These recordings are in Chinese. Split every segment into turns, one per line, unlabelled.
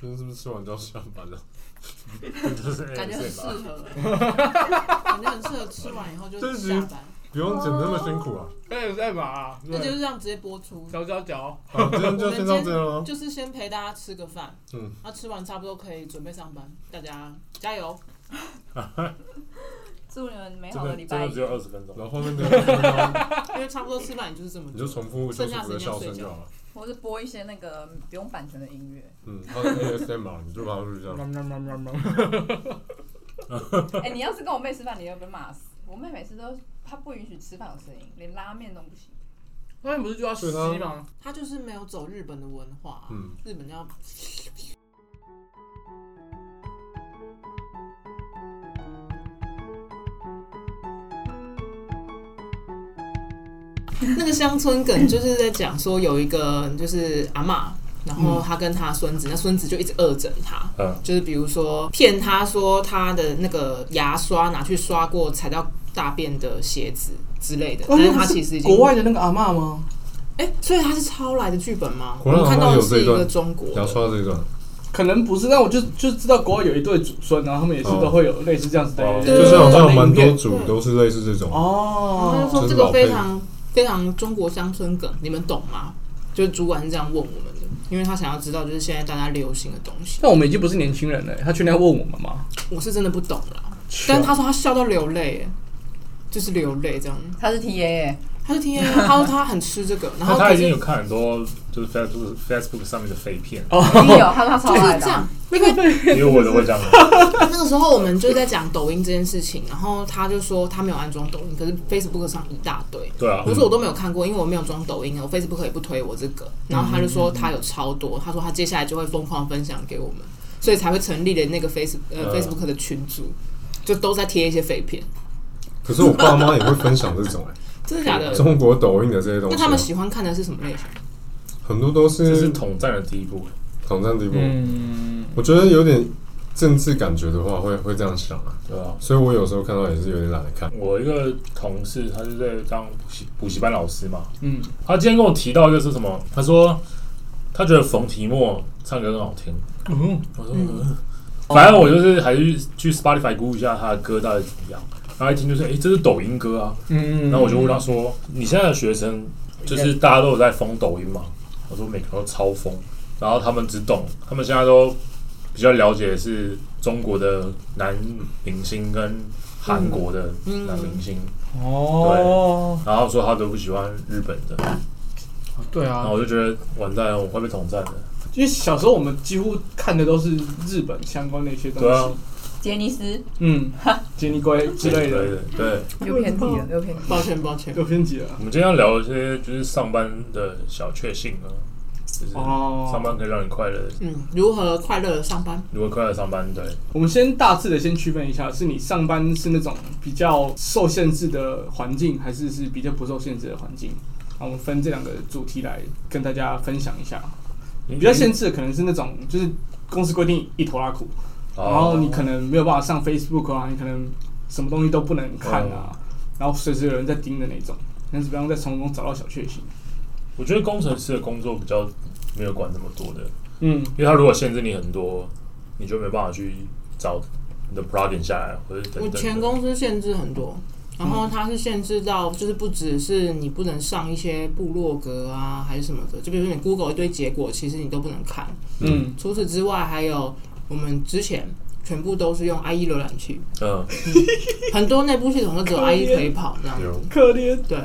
今天是不是吃完就要下班了？ 就是哎
感觉很适
ASMR
合， 感觉很适合吃完以后就
真是
下班，
不用剪那么辛苦啊。
那也是在嘛，
那就
对，
是这样直接播出，
嚼嚼嚼，
哦
好，今天就先到这 喽。
就是先陪大家吃个饭，
嗯，
那吃完差不多可以准备上班，大家加油！
祝你们美
真
好的
的
礼
真
拜
的只有
一。
二十分 钟
然。后后面的
因为差不多吃饭你就是这么
你就
做，
重复休息的笑声就好 了。
我是播一些那个不用版权的音乐。
嗯，它是 ASMR，你就把它录这样。
喵喵喵喵喵，
哎、你要是跟我妹吃饭，你要被骂死。我妹每次都她不允许吃饭有声音，连拉面都不行。
那你不是就要吸吗？
他就是没有走日本的文化啊、
嗯，
日本叫那个乡村梗，就是在讲说有一个就是阿嬷，然后她跟她孙子，那孙子就一直恶整她，
嗯
就是比如说骗她说她的那个牙刷拿去刷过踩到大便的鞋子之类的，但是她其实已经
国外的那个阿嬷吗？
哎、所以它是抄来的剧本吗？
国
我
内好像
看到的
有这
是
一
一
段
个中国
牙
的，
刷这一段，
可能不是，但我就就知道国外有一对祖孙，然后他们也是都会有类似这样子的，
对
就是好像有蛮
影
多
片
组都是类似这种。
然后
哦
就，说
真
这个
老配
非常非常中国乡村梗，你们懂吗？就是主管是这样问我们的，因为他想要知道就是现在大家流行的东西，
但我们已经不是年轻人了，他去那问我们嘛，
我是真的不懂啦。
啊
但是他说他笑到流泪，哎就是流泪这样。
她是 T A，哎
他就听，他说他很吃这个，然
那
后
他
可
已经
是
有看很多就是 Facebook Facebook 上面的废片，
你有，她说她超
哦就是
爱
这
的啊。
样，因为
因为我都会这样。
那个时候我们就在讲抖音这件事情，然后他就说他没有安装抖音，可是 Facebook 上一大堆。
对啊，
我说我都没有看过，因为我没有装抖音，我 Facebook 也不推我这个。然后他就说他有超多，他说他接下来就会疯狂分享给我们，所以才会成立了那个 Face 呃
嗯
Facebook 的群组，就都在贴一些废片，
可是我爸妈也会分享这种
真的假
哎，
的？
中国抖音的这些东
那
西
他
啊
们，喜欢看的是什么类型？
很多都
这是
是
统战的第一步。
统战地步。
嗯，
我觉得有点政治感觉的话，会会这样想啊。
对啊，
所以我有时候看到也是有点懒得看。
我一个同事他是在当补习补习班老师嘛，
嗯，
他今天跟我提到一个是什么？他说他觉得冯提莫唱歌很好听。
嗯，
我说，呃反正我就是还是去 Spotify 估一下他的歌到底怎么样，然后一听就是，诶，这是抖音歌啊。
嗯，
然后我就问他说，你现在的学生就是大家都有在疯抖音嘛？我说每个都超疯，然后他们只懂，他们现在都比较了解的是中国的男明星跟韩国的
嗯
男明星，
哦，
然后说他都不喜欢日本的，
对
然
啊
后，我就觉得完蛋了，我会被统战的。
因为小时候我们几乎看的都是日本相关的一些东
对啊
西，，
杰尼斯
嗯，杰尼龟之类
对
的，
对对。
又偏题了，又偏题。
抱歉抱歉，
有偏激了
我。们今天要聊一些就是上班的小确幸啊，就是
哦
上班可以让你快乐，
嗯，如何快乐的上班？
如果快乐上班，对，
我们先大致的先区分一下，是你上班是那种比较受限制的环境，还是是比较不受限制的环境？啊，我们分这两个主题来跟大家分享一下。
你
比较限制的可能是那种，就是公司规定一头拉苦，然
哦
后哦你可能没有办法上 Facebook 啊，你可能什么东西都不能看啊，然后随时有人在盯的那种，但是不要在从中找到小确幸。
我觉得工程师的工作比较没有管那么多的，
嗯，
因为他如果限制你很多，你就没办法去找你的 plugin 下来，或者等
我
等的。
前公司限制很多，然后它是限制到，就是不只是你不能上一些部落格啊，还是什么的，就比如说你 Google 一堆结果，其实你都不能看。
嗯，
除此之外，还有我们之前全部都是用 IE 浏览器，
嗯，
很多内部系统都只有 IE 可以跑这样。
有。
可怜。
对，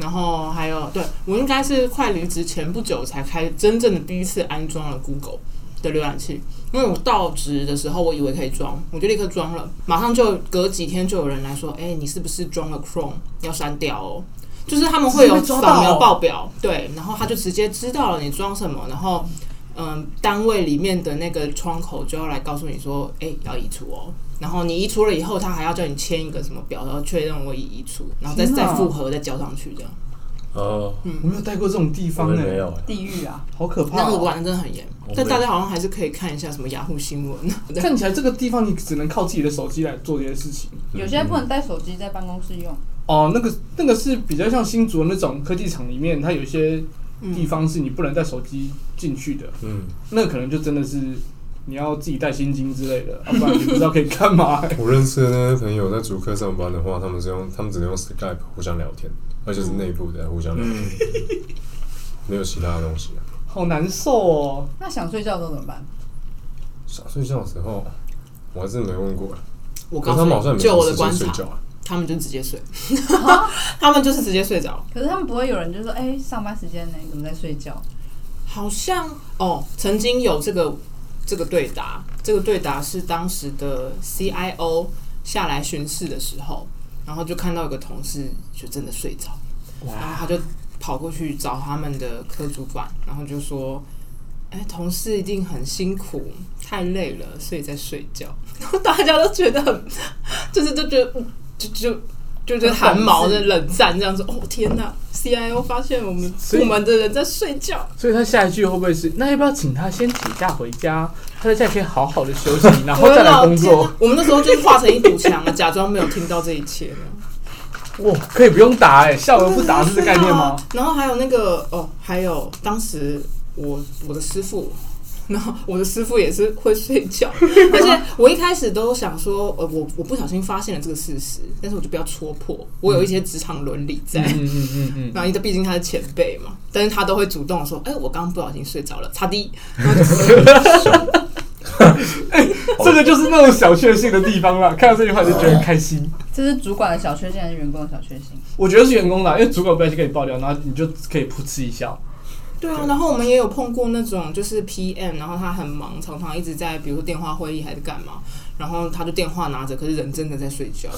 然后还有，对我应该是快离职前不久才开真正的第一次安装了 Google 的浏览器，因为我到职的时候我以为可以装，我就立刻装了，马上就隔几天就有人来说，哎、你是不是装了 Chrome 要删掉哦？就是他们会有
直接被
扫
抓到哦
描报表，对，然后他就直接知道了你装什么，然后。嗯，单位里面的那个窗口就要来告诉你说，哎、要移除哦。然后你移除了以后，他还要叫你签一个什么表，然后确认我已移除，然后再
天哪
再复核，再交上去这样。
呃，
我没有待过这种地
哦我
方
们
呢、
没有，欸
地狱啊！
好可怕、
那个
哦。
管的真的很严
我，
但
没
大家好像还是可以看一下什么雅虎新闻。对
看起来这个地方你只能靠自己的手机来做这些事情。
有些不能带手机在办公室用，
哦，那个那个是比较像新竹的那种科技厂里面，它有一些地
嗯，
方是你不能带手机进去的，
嗯，
那可能就真的是你要自己带薪金之类的，啊、不然你不知道可以干嘛、 欸
我认识的那些朋友在主科上班的话，他们是用他们只能用 Skype 互相聊天，而且是内部的互相聊天，
嗯，
没有其他的东西、啊。
好难受哦。
那想睡觉的时候怎么办？
想睡觉的时候，我还真没问过啊。
我
我
告
他
诉
们好像也
你，
没
就
什
我
么
的
时
观
间睡
察
觉，啊。
他们就直接睡，
啊
他们就是直接睡着。
可是他们不会有人就说，哎、上班时间呢，你怎么在睡觉？
好像哦，曾经有这个这个对答，这个对答是当时的 CIO 下来巡视的时候，然后就看到有个同事就真的睡着，然后他就跑过去找他们的科主管，然后就说。哎，同事一定很辛苦，太累了，所以在睡觉。 然后大家都觉得很，就是都觉得，嗯就就就觉得汗毛在冷战这样子。哦天哪！CIO 发现我们
所以
部门的人在睡觉，
所以他下一句会不会是那要不要请他先请假回家，他在家里可以好好的休息，然后再来工
我的老 天
作
啊。我们那时候就是画成一堵墙了，假装没有听到这一 切。
哇，可以不用打哎、下文不打是这概念吗？
啊然后还有那个哦，还有当时我我的师傅。然后我的师傅也是会睡 觉，而且我一开始都想说，呃，我我不小心发现了这个事实，但是我就不要戳破，我有一些职场伦理在。
嗯嗯嗯嗯，
然后因为毕竟他是前辈嘛，但是他都会主动说，哎、我刚刚不小心睡着了，擦地。然后就是
这个就是那种小确幸的地方啦。看到这句话就觉得很开心。
这是主管的小确幸还是员工的小确幸？
我觉得是员工啦，因为主管不小心给你爆料，然后你就可以噗嗤一笑。
对啊，然后我们也有碰过那种就是 PM，然后他很忙，常常一直在比如说电话会议还是干嘛，然后他就电话拿着，可是人真的在睡觉。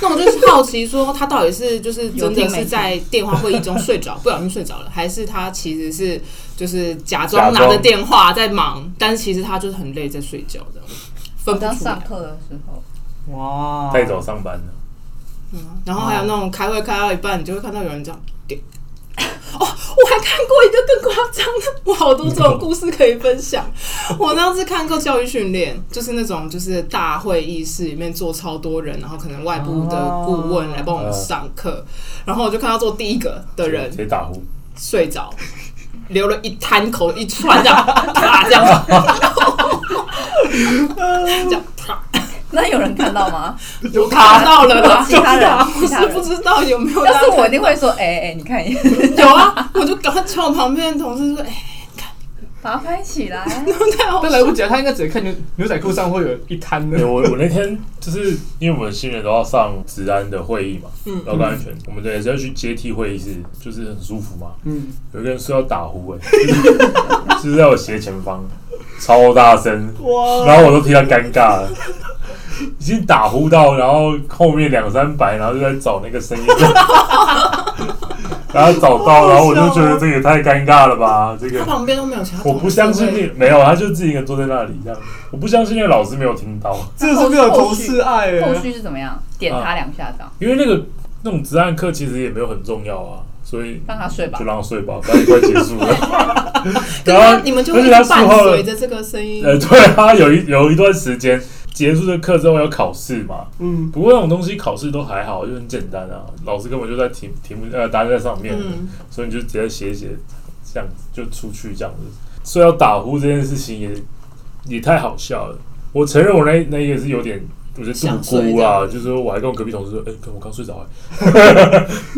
那我就是好奇说，他到底是就是真的是在电话会议中睡着，不小心睡着了，还是他其实是就是假装拿着电话在忙，但是其实他就是很累在睡觉的，分不
当
出
上
来。
课的时候，
哇，
太早上班了，
嗯，然后还有那种开会开到一半，你就会看到有人这样点。哦，我还看过一个更夸张的，我好多这种故事可以分享。我那次看过教育训练，就是那种就是大会议室里面坐超多人，然后可能外部的顾问来帮我们上课，然后我就看到坐第一个的人
直接打呼，
睡着，流了一滩口一串这样，啪这样， 然后这样啪。
那有人看到 吗？
我卡到了啦，
其他人
我
其他
啊是
人
不知道有没有大
要
家看
是
到。
我一定会说，哎、哎、你看一眼，
有啊，我就赶快叫我旁边的同事说：“哎、
把它拍起来。
太好
但来不及了，他应该只能看牛牛仔裤上会有一滩
对
的。
我我那天就是因为我们新人都要上治安的会议嘛，
嗯
劳动安全，我们也是要去阶梯会议室，就是很舒服嘛。
嗯，
有一个人睡到打呼、欸， 就是在我斜前方，超大声，
哇，
然后我都替他尴尬了，已经打呼到，然后后面两三百，然后就在找那个声音，然后找到，然后我就觉得这个也太尴尬了吧，这
啊他
个。
旁边都没有其他同事。”
我不相信那没有，他就自己一个人坐在那里这样。我不相信那个老师没有听到，
这是没有同事爱哎、
后续是怎么样？点他两下，这样
因为那个那种职案课其实也没有很重要啊，所以
让他睡吧
就。让他睡吧，反正快结束了。
对啊，你们就会一
而且
直
他
伴
事后
随着这个声 音。
呃，对啊，有一有一段时间结束这课之后要考试嘛，
嗯，
不过那种东西考试都还好，就很简单啊，老师根本就在题题目呃答案在上面，
嗯，
所以你就直接写一写，这样子就出去这样子。所以要打呼这件事情也也太好笑了。我承认我那那也是有点，我觉得
想
度
睡
孤
这
啊，
样
就是说我还跟我隔壁同事说，哎、我刚 睡着、欸，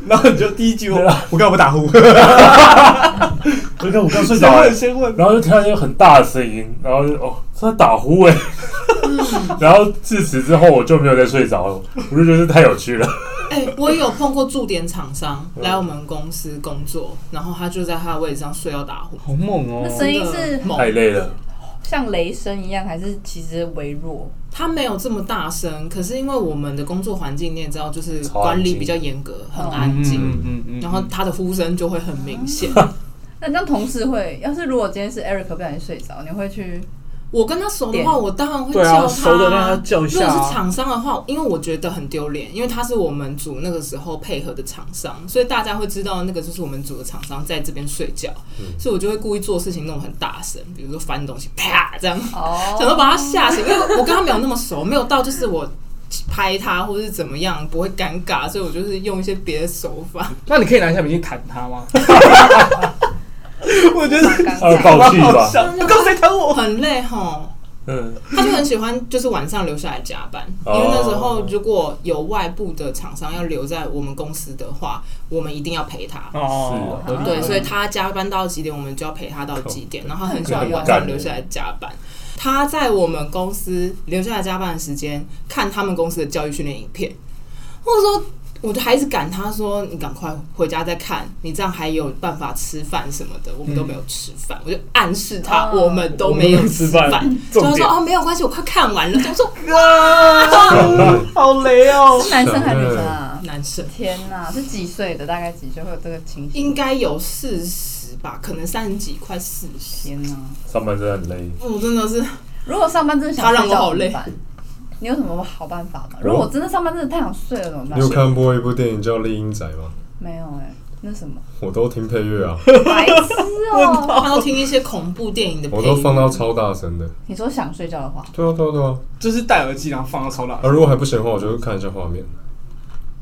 然后你就第一句话
对啊
我干嘛不打 呼？
我看我刚睡着、
先
欸
问，先问。
然后就听到一个很大的声音，然后就哦他在打呼哎、
嗯
然后自此之后我就没有再睡着了，我就觉得太有趣了。
哎、我也有碰过驻点厂商来我们公司工作，然后他就在他的位置上睡到打呼，
好猛哦、
那声音是
猛
太累了，
像雷声一样，还是其实微弱？
他没有这么大声，可是因为我们的工作环境你也知道，就是
超安
管理
静
比较严格，很安静，
嗯嗯
然后他的呼声就会很明显。
那这样同事会，要是如果今天是 Eric 不小心睡着，你会去？
我跟他熟的
点
话，我当然会
对
叫
啊
他。
熟的让他叫一下啊
如果是厂商的话，因为我觉得很丢脸，因为他是我们组那个时候配合的厂商，所以大家会知道那个就是我们组的厂商在这边睡觉，
嗯
所以我就会故意做事情弄得很大声，比如说翻东西啪这样，
哦，
想说把他吓醒，因为我跟他没有那么熟，没有到就是我。拍他或是怎么样不会尴尬，所以我就是用一些别的手 法。
那你可以拿一下笔去弹他 吗？我觉得
尴
他会
尬。哦
爆气吧？
笑，你刚谁弹我？
很累吼，
嗯，
他就很喜欢，就是晚上留下来加班，因
哦
为那时候如果有外部的厂商要留在我们公司的话，我们一定要陪他。
哦，
是啊
对，所以他加班到几点，我们就要陪他到几点，然后他很喜欢晚上留下来加班。他在我们公司留下来加班的时间，看他们公司的教育训练影片，或者说。我就还一直赶他说：“你赶快回家再看，你这样还有办法吃饭什么的。”我们都没有吃饭，我就暗示
啊
他、
哦
我们都没有吃
我们
饭。就
重
他说：“
点
哦，没有关系，我快看完了。”我说？
哇，好雷哦！
是男生还是女生啊：“
男生
天哪，是几岁的？大概几岁会有这个情形？
应该有四十吧，可能三十几，快四十。
天哪！
上班真的很累。
我真的是
哦
如果上班真的想
他让
睡
我
觉
好
怎么
累
办？你有什么好办法吗？如果我真的上班真的太想睡了怎么办
你有？看过一部电影叫《猎鹰仔》吗？
没有哎、那什么
我都听配乐 啊，
白痴哦、
他都听一些恐怖电影的配
我都
音，
放到超大声的。
你说想睡觉的话，
对啊，对啊，对啊。
就是戴耳机然后放到超大
啊，，如果还不行的话，我就会看一下画面，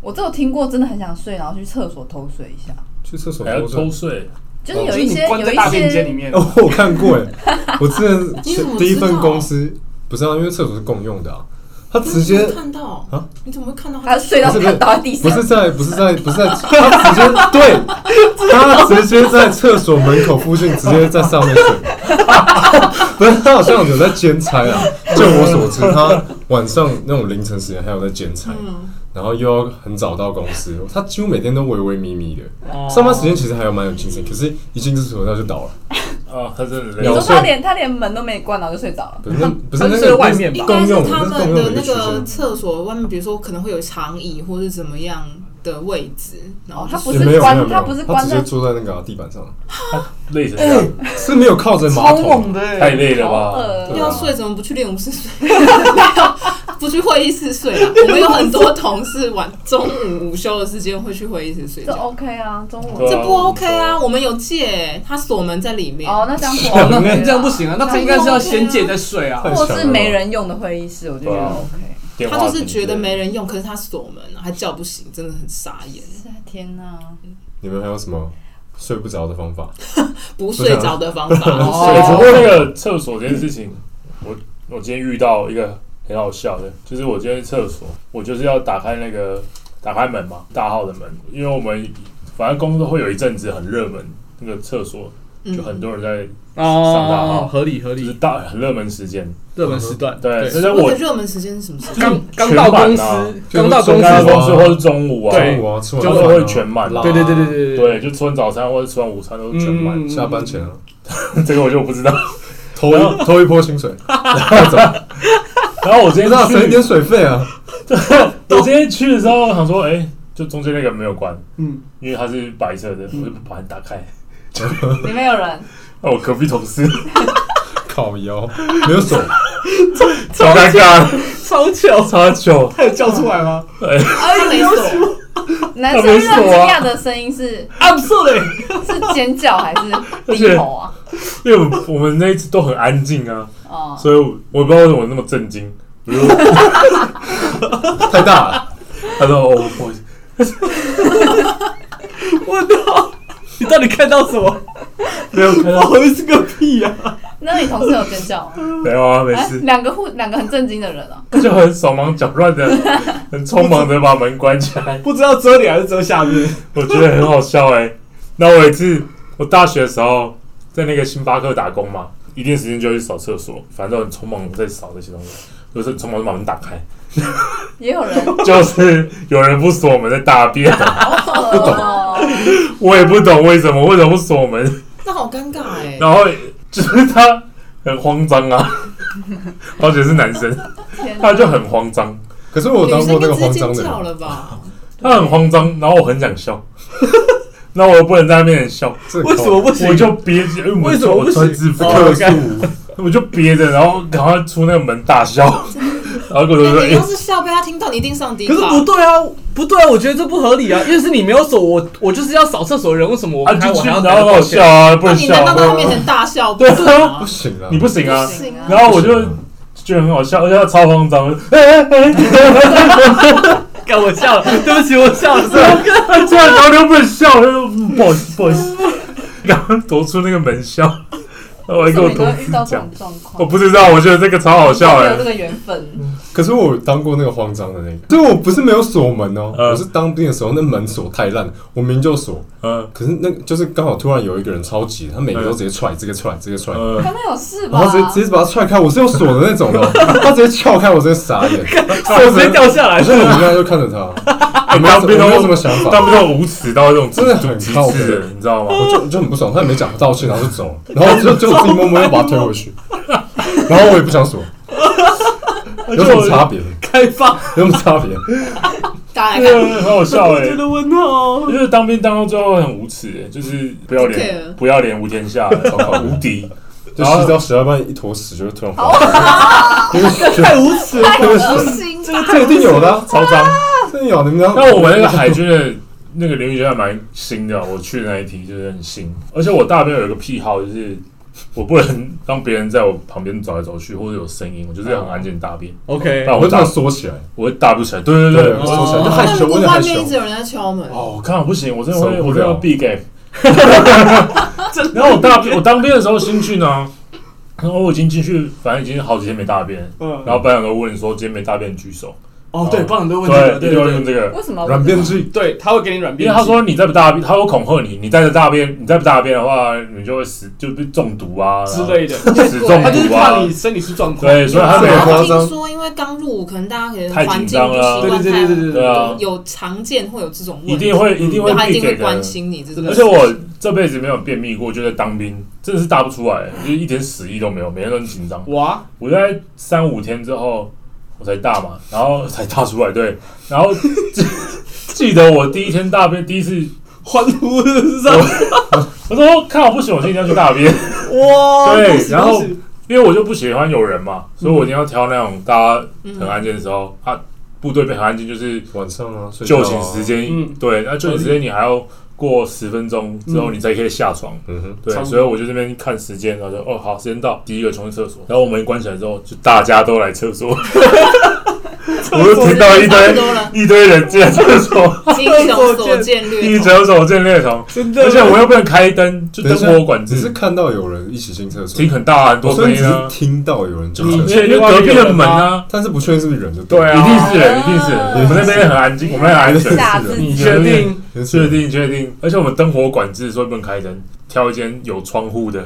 我只有听过真的很想睡，然后去厕所偷睡一下，
去厕所
还要
偷
偷
睡。
睡，
就是有
哦就
一
是你
些
关
有
在
一
大便间里
些
面，
哦，我看过 哎，我之前
你怎么
第一
知
份
道
公司不是啊，因为厕所是共用的啊，他直
你
接
怎么看到
啊？
你怎么会看到
他睡到
不是不
他
是
倒在地上
不，是在，不是在，不是在，他直接对，他直接在厕所门口附近，直接在上面睡。 不是，他好像有在兼差啊。就我所知，他晚上那种凌晨时间还有在兼差，然后又要很早到公司，他几乎每天都微微迷迷的。
哦
上班时间其实还有蛮有精神，可是一进厕所他就倒了。
啊，他真的很
你
累
聊
说。
睡
他连他连门都没关，然后就睡着了。
不是那，不是
嗯他
那
睡在
个
外面吧
应该
共
是
用，
他
那是
们
共用
的
的一
那
区
个
间。
厕所外面，比如说可能会有长椅或是怎么样的位置，然后
哦，
就
他不
也没
是
有没有
关，
没
他
有
不是
他
关
直
在
接，坐在那个啊地板上，
累成这样，
是没有靠着马
超
桶，
猛的
哎
欸，
太累了
好
吧
恶？
对啊
要睡怎么不去练武室睡？ 不去会议室睡 啊！我们有很多同事晚中午午休的时间会去会议室睡
这
觉，
OK 啊，中午
对
这
啊
不 OK 啊！我们有戒，他锁门在里面。
哦，那这样哦不
哦，
OK，
那
啦
这样不行啊，那他应该是要先借再睡啊。
太
或
强
是
了
没人用的会议室，我就觉得 OK。
电话
他就是觉得
亭之类的
没人用，可是他锁门啊，还叫不醒，真的很傻眼。
天哪，
你们还有什么睡不着的方法？
不睡着的方
哦
法，
对，哎不过那个厕所这件事情，我我今天遇到一个很好笑的，就是我今天去厕所，我就是要打开那个打开门嘛，大号的门，因为我们反正工作会有一阵子很热门，那个厕所
嗯
就
哦
很多人在，上大号
合理合
就是，大很热门时间，
热门时段，
对，所以
我
我
的热门时间是什么时候？
刚刚到公
全满啊
司，刚到公
刚刚
司
就
公
是
司或是中午啊，
对
中午啊，吃完
就
饭
是
啊
会全满
拉
对对对对对
对，就吃完早餐或者吃完午餐都是全满，
嗯
下班前啊，
这个我就不知道。
偷一偷一波薪水，然后走
然后我今
不
天
知道省一
去
点，水费啊。
我今天去的时候，我想说，哎、就中间那个没有关，
嗯，
因为它是白色的，我就把它打开。
里面有人，
那我隔壁同事
烤腰没有手，
超尴尬，
超巧，
超糗。
他有叫出来吗？
哎
他没锁，
男生
那没
让
锁啊
惊讶的声音是
啊，不是嘞，
是尖叫还是
而且
低吼啊？
因为我们那一次都很安静啊，
哦，
所以我不知道为什么那么震惊。我就
太大了，
他说：“哦，我
我操！你到底看到什么？
没有看到，
好意思个屁啊呀！
那你同事有尖叫吗？
没有啊，没
哎，
事。”
两个互两个很震惊的人啊，
他 就很手忙脚乱的， 很匆忙的把门 关起来。
不知道遮脸还是遮下面，
我觉得很好笑哎、那我有一次，我大学的时候在那个星巴克打工嘛，一定时间就会去扫厕所，反正都很匆忙在扫这些东西，就是匆忙地把门打开，
也有人，
就是有人不锁门在大便，啊
哦，
我也不懂为什么，为什么不锁门？
那好尴尬哎。
然后就是他很慌张啊，而且是男生，
天哪
他就很慌张，
可是我有
女
当
生
过那
就
个
直接
慌张
尖
的
叫
人，
了吧？
他很慌张，然后我很想笑， 那我又不能在那边笑，
这
为什么不行？
我就憋着，因为我
为什么不
我
行
穿制服
不
哦
客诉？
我就憋着，然后赶快出那个门大笑，然后跟我说：“
那
哎、
你要是笑被他听到，你一定上迪
可
卡。
是不对啊，不对啊，我觉得这不合理啊，因为是你没有锁，我我就是要扫厕所的人，为什么我
啊，
开
就
我
去，
还要
然后让
道
我
歉
笑？啊，不
那
能
你
笑
难道在他
啊，
面前大笑？不
对啊
是吗
不？行啊，
你不行啊
不。行啊
然后我就觉得很好笑，而且他超慌张，哎哎哎，
干我笑了，对不起，我笑了，
他突然然后就不能笑，他说嗯不好意思不好意思，然后躲出那个门笑，我
为
还
什
跟
么
我
你都
同
会遇
事
到这
讲
种，状况？
我不知道，我觉得这个超好笑
没
哎、
有这个缘分，
可是我有当过那个慌张的那个，就我不是没有锁门哦，
嗯
我是当兵的时候那门锁太烂，我明明就锁，
嗯
可是那个就是刚好突然有一个人超急，他每个都直接踹，直接踹，直接踹，
嗯，
刚刚有事吧
然？后直接直接把他踹开，我是有锁的那种的哦，他直接撬开，我真的傻眼，
手直接掉下来
我现在很在就看着 他，我没有我
当
没
兵都
有什么想法，
当兵都无耻到这种
真的很
极
靠
致的，
北
你知道吗？
我就就很不爽，他也没讲道歉，然后就走了，然后就就自己默默又把他推回 去，然后我也不想锁，有什么差别？
开放，
有什么差别？
大家来看，
对，很好笑哎、
觉得温厚
我。觉得当兵当到最后很无耻、欸，就是不要脸，
不 care
不要脸无天下，
超靠北
无敌。
就
啊
洗澡洗到一半一坨屎就会突然滑， 因为
太无耻了！
这个
不
是
行
这个这个一定有的啊，
超脏。
这个有你们知道？
那我们那个海军的那个淋浴间还蛮新的，啊我去的那一梯就是很新。而且我大便有一个癖好，就是 我不能让别人在我旁边走来走去或者有声音，我就是很安静大便，
OK，
不然
我哦
我
这样
大
缩起来，
我会大不起来。对对哦
对，
对
我，缩
我
起来就害
那
羞，
如
我
果
有点
外
害
面
羞
一直。有人在敲门，
哦，我看我不行，我真的会，
受不了
我真的要闭 gap。然后我大我当兵的时候新去呢，然后我已经进去，反正已经好几天没大便，
嗯，
然后班长都问你说今天没大便举手，
哦，对，帮很多问题
对，
的，
一
对
定会问
对
这个。
为什么？
软便器，
对，他会给你软
因
便
为
器，
他说你再不大便，他会恐吓你，你再不大便，你再不大便的话，你就会死，就被中毒啊
之，类 的，
然后死中
他就是
毒啊
怕。你嗯身体出状况。
对，所以他没
对
有
啊
我
夸张
听说，因为刚入伍，可能大家可能
太紧
环境
张
不习
了
惯，
对对对对对
对啊，
有常见会有这种问题，
一定会一定会
嗯他一
必
定会
给的
关。心你这种。
而且我这辈子没有便秘过，就在当兵，真的是大不出来，就是一点屎意都没有，每天都很紧张。
哇，
我在三五天之后我才大嘛，然后才大出来，对，然后记 记得我第一天大便，第一次
欢呼是吧？
我说看我不行，我今天要去大便，
哇，
对
恭喜
然后
恭喜
因为我就不喜欢有人
嗯
嘛，所以我一定要挑那种大家很安静的时候、啊，部队被很安静就是
晚上啊，睡觉啊
就寝时，间，
嗯
对，那就寝时间你还要过十分钟之后
嗯
你才可以下床。
嗯哼，
对
差，不多
所以我就这边看时间，然后就哦好，时间到，第一个冲去厕所。然后我门关起来之后，就大家都来厕 所，我就听到一
差
堆
不多了，
一堆人进厕所，
英雄所见
一
略同。
厕所见略同，
真的，
而且我又不能开灯，就灯火管
只是
制，
看到有人一起进厕所
挺，很大啊，很
我
多
说
声
你
音
只是
啊，
听到有人进
因
厕所，
为因为隔壁的门啊，
但是不确定是不是人就
对
了
啊，一定是人，一定是人，
啊
我们那边很安静，我们 很安全。
吓自
你
己，
确定？
一定是
确
人
定？确定？而且我们灯火管制，说不能开灯，挑一间有窗户的。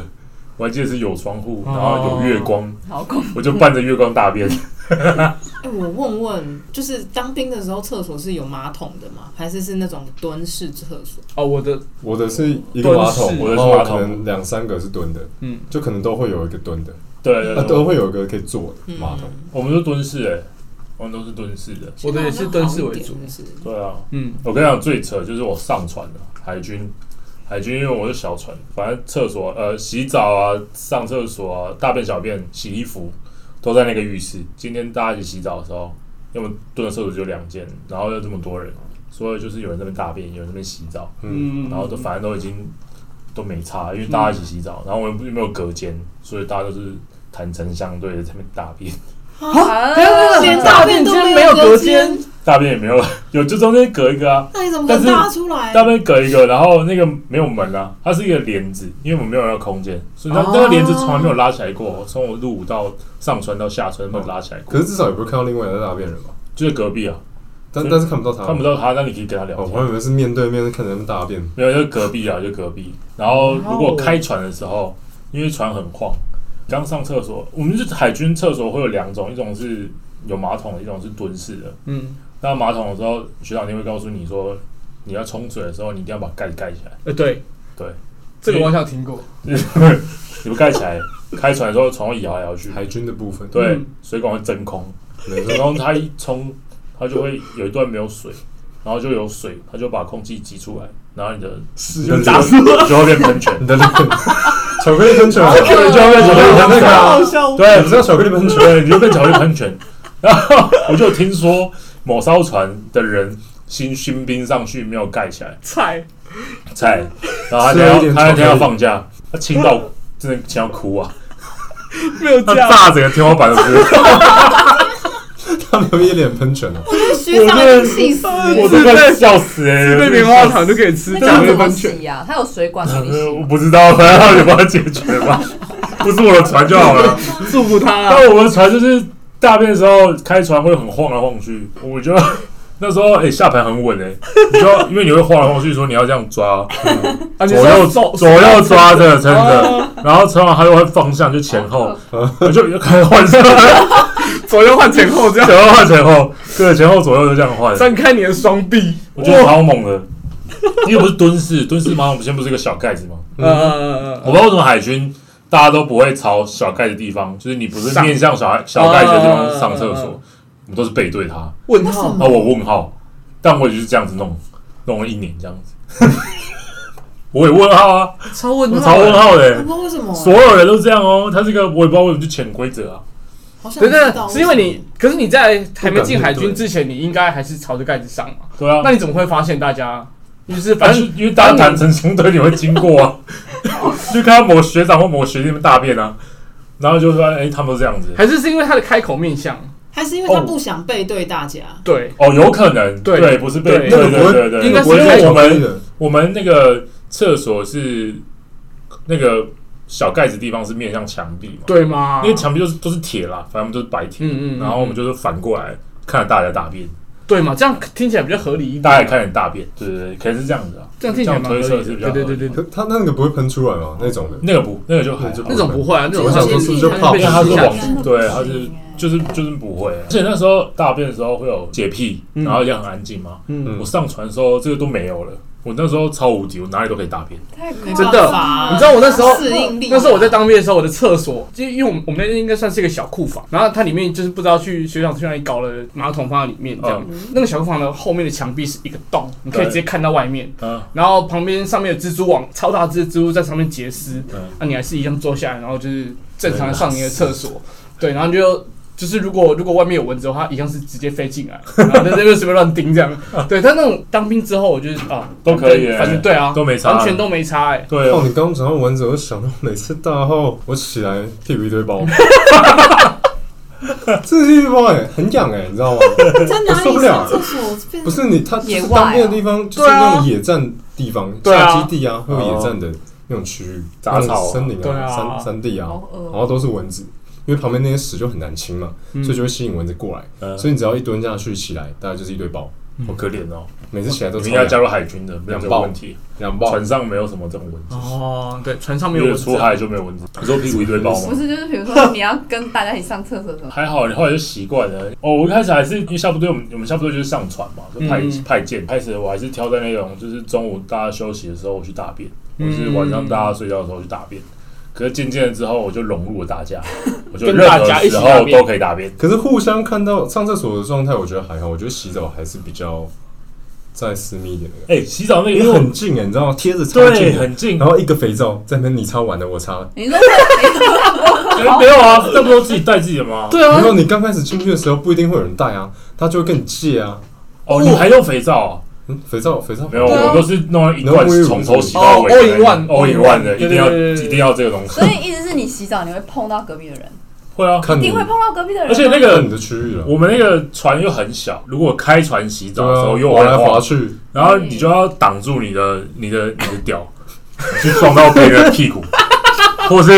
我还记得是有窗户，然后有月光，
哦好恐怖。
我就伴着月光大 便。
哎，我问问，就是当兵的时候，厕所是有马桶的吗？还是是那种蹲式厕所？
哦，我的
我的是一个马桶，
蹲式
然后
我的是马桶
可能两三个是蹲的，
嗯
就可能都会有一个蹲的，
对对
啊，
对，
都会有一个可以坐的
嗯
马桶。
我们都蹲式哎，我们都是蹲式的。
我的也是蹲式
好一
为主
点是不是
对啊，
嗯，
我跟你讲最扯就是我上船了，海军，海军因为我是小船，反正厕所呃洗澡啊、上厕所啊、大便小便、洗衣服都在那个浴室。今天大家一起洗澡的时候，因为我们蹲的厕所只有两间，然后又这么多人，所以就是有人在那边大便，有人在那边洗澡，
嗯，
嗯，
然后都反正都已经都没差，因为大家一起洗澡，然后我们又没有隔间，所以大家都是坦诚相对的在那边大便。
啊
连大便都没有隔间，
大便也没有， 有就中间隔一个啊，
那你怎么可能
但是
大出来？
大便隔一个，然后那个没有门啊，它是一个帘子，因为我们没有那个空间，所以它
哦
那个帘子从来没有拉起来过，从我入伍到上船到下船没有拉起来过，
可是至少也不会看到另外一个大便人吧？
就是隔壁啊，
但
嗯
但是看不到他，
看不。到他，那你可以跟他聊
哦，
天，
我以为是面对面看着他们大便，
没有就隔壁啊，就隔壁。然后如果开船的时候，因为船很晃，刚上厕所，我们就是海军厕所会有两种，一种是有马桶的，一种是蹲式的。
嗯，
那马桶的时候，学长一定会告诉你说，你要冲水的时候，你一定要把盖盖起来。
呃，对，
对，
这个我好像听过，
你们盖起来，开船的时候船会摇来摇去，
海军的部分，哦
对，
嗯
水管会真空，
没错
然后它一冲，它就会有一段没有水，然后就有水，它就把空气挤出来，然后你的
是
你的
打
流就会变喷泉，
你的脸， 巧克力喷泉 啊，
就会变巧克力
我
喷
那
泉
个啊
啊，
笑，
对，
你知道巧克力喷泉？
对，你就变巧克力喷泉。然后我就听说某艘船的人新新兵上去没有盖起来，
菜，
菜，然后他
吃了一
天
点巧
要他
克
天
力
要放假，他亲到真的亲到哭 啊，
没有
他
这样，
炸整个天花板都是。
他们有一脸喷泉啊，
学长已经气死了，
我都快笑死哎、
吃
欸！
杯棉花糖就可以吃，
那
这样
个
子
啊怎么洗呀？它有水管可以
呃，我
洗，
不知道，反正你帮他解决吧。不是我的船就好了。
祝福他啊、
但我们船就是大便的时候开船会很晃来晃去，我就 那时候哎、下盘很稳哎、你就 要因为你会晃来晃去，说你要这样抓，
啊，你
左
是要
右
走
左右抓着撑着，
哦
然后撑完它又会方向就前后，我就开始换上，
左右换前后这样，
前后换前后，对，前后左右就这样换，
张开你的双臂，
我觉得超猛的。因为不是蹲式，蹲式嘛，我们先不是一个小盖子吗？
嗯嗯嗯
我不知道为什么海军大家都不会朝小盖的地方，就是你不是
上
面向小小盖子的地
啊啊啊
方上厕
啊啊
所，我们都是背对它。
问号
啊，我问号，但我也就是这样子弄，弄了一年这样子。 我也问号啊，
超问
我
号，
超问。号的、欸
我不知道为什么、
所有人都这样哦。他这个我也不知道为什么就潜规则啊，
好 想
等
知道
等，是因为你，可是你在还没进海
不敢面
军
对
之前，你应该还是朝着盖子上嘛？
对啊。
那你怎么会发现大家就是
但
反
是
正
因为大家坦诚相对，你会经过啊， 就看到某学长或某学弟们大便啊，然后就说哎、他们都这样子。
还是是因为他的开口面向？
还是因为他不想背对大家，
对，
哦，有可能，
对
不是
对
被，对
那个
对
不
对
会，
对，
那个不
因
会太
为我
巧克力
们
了。
我们那个厕所是那个小盖子地方是面向墙壁嘛，
对吗？
因为墙壁就是都是铁啦，反正都是白铁，
嗯嗯嗯
然后我们就是反过来看着大家大便，
对嘛，这样听起来比较合理一点。
大家也看着大便，对对对，可能是这样子啊，
这样听起来蛮合
推
理
测
的。
是比较合
对
理
对
的
对对，对
可他那个不会喷出来吗？那种的，
那个不，那个就还好，
对
那种不会啊，那种
我想说是不是就泡
因为它是
下
往
去。
对，它是就是就是不会、啊而且那时候大便的时候会有洁癖，
嗯
然后也很安静嘛，
嗯，
我上船的时候这个都没有了，我那时候超无敌，我哪里都可以大便。
太夸
真
张
的
了
你知道我那时候
适应力，啊
那时候我在当兵的时候，我的厕所就因为我们我们那边应该算是一个小库房，然后它里面就是不知道去学长去哪里搞了马桶放在里面这样。那个小库房的后面的墙壁是一个洞，你可以
对
直接看到外面，
嗯
然后旁边上面有蜘蛛网，超大只的蜘蛛在上面结丝，啊
嗯
那、你还是一样坐下来，然后就是正常的上你的厕所，对，然后你就。就是如果如果外面有蚊子的话，它一样是直接飞 进来，然后在这边随便乱叮这样。对，但那种当兵之后，我就是啊，
都可以
反正
欸
反正对啊，
都没差
完全都没差哎、
对啊
哦，你刚刚讲到蚊子，我就想到每次大号，我起来屁股一堆包， 这是一堆包哎、很痒哎、你知道 吗？
在哪
我受不
里
了了
上厕所变
不是你，它就
野
是
外啊
当兵的地方，就是那种野战地方，
对啊
下基地啊，会有野战的那种区域，
杂草啊
那种森林
对啊
山山地啊
好，恶
然后都是蚊子，因为旁边那些屎就很难清嘛，
嗯
所以就会吸引蚊子过来，
嗯
所以你只要一蹲下去起来，大概就是一堆包，
好可怜哦，
每次起来都
你们
超
应该加
痒
入海军的，没有这个问题。
两包
船，上没有什么这种蚊子，
哦，对，船上面
因
有
为
蚊子
出
啊，
海就没有蚊子。你说屁股一堆包
不
吗？
是，就是比如说你要跟大家一起上厕 所什么，
还好，你后来就习惯了。哦，我一开始还是因为下部队，我们我们下部队就是上船嘛，就派、
嗯
派舰。开始我还是挑在那种就是中午大家休息的时候我去大便，
嗯
或是晚上大家睡觉的时候去大便。可是渐渐的之后，我就融入了 大家，我就
跟
任
大家
何
一起
时
大
候
便
都可以大便。
可是互相看到上厕所的状态，我觉得还好。我觉得洗澡还是比较再私密一点的，
哎、洗澡那个
因
因
为
为我
很近哎、你知道吗？贴着超
对
近的，
很近，
然后一个肥皂在那边你擦完了，我擦了。
你说这你说
哎没有啊，这不都自己带自己的吗？
对啊
然，后你刚开始进去的时候不一定会有人带啊，他就会跟你借啊。
哦，你还用肥皂啊、
嗯，肥皂，肥皂
没有，
对啊
我都是弄一罐从头洗到
哦
尾的
，all in one，
，all in one 的，
对对
一定要
对对对
一定要这个东西
所。以意思是你洗澡你会碰到隔壁的人，
会啊，
看
一
你
定会碰到隔壁的人啊，
而且那
看你
个
的区域了。啊
我们那个船又很小，如果开船洗澡的时候
对
又
啊滑来
来
滑
滑，
去，
然后你就要挡住你的你的你的屌，去撞到别人的屁股，或是。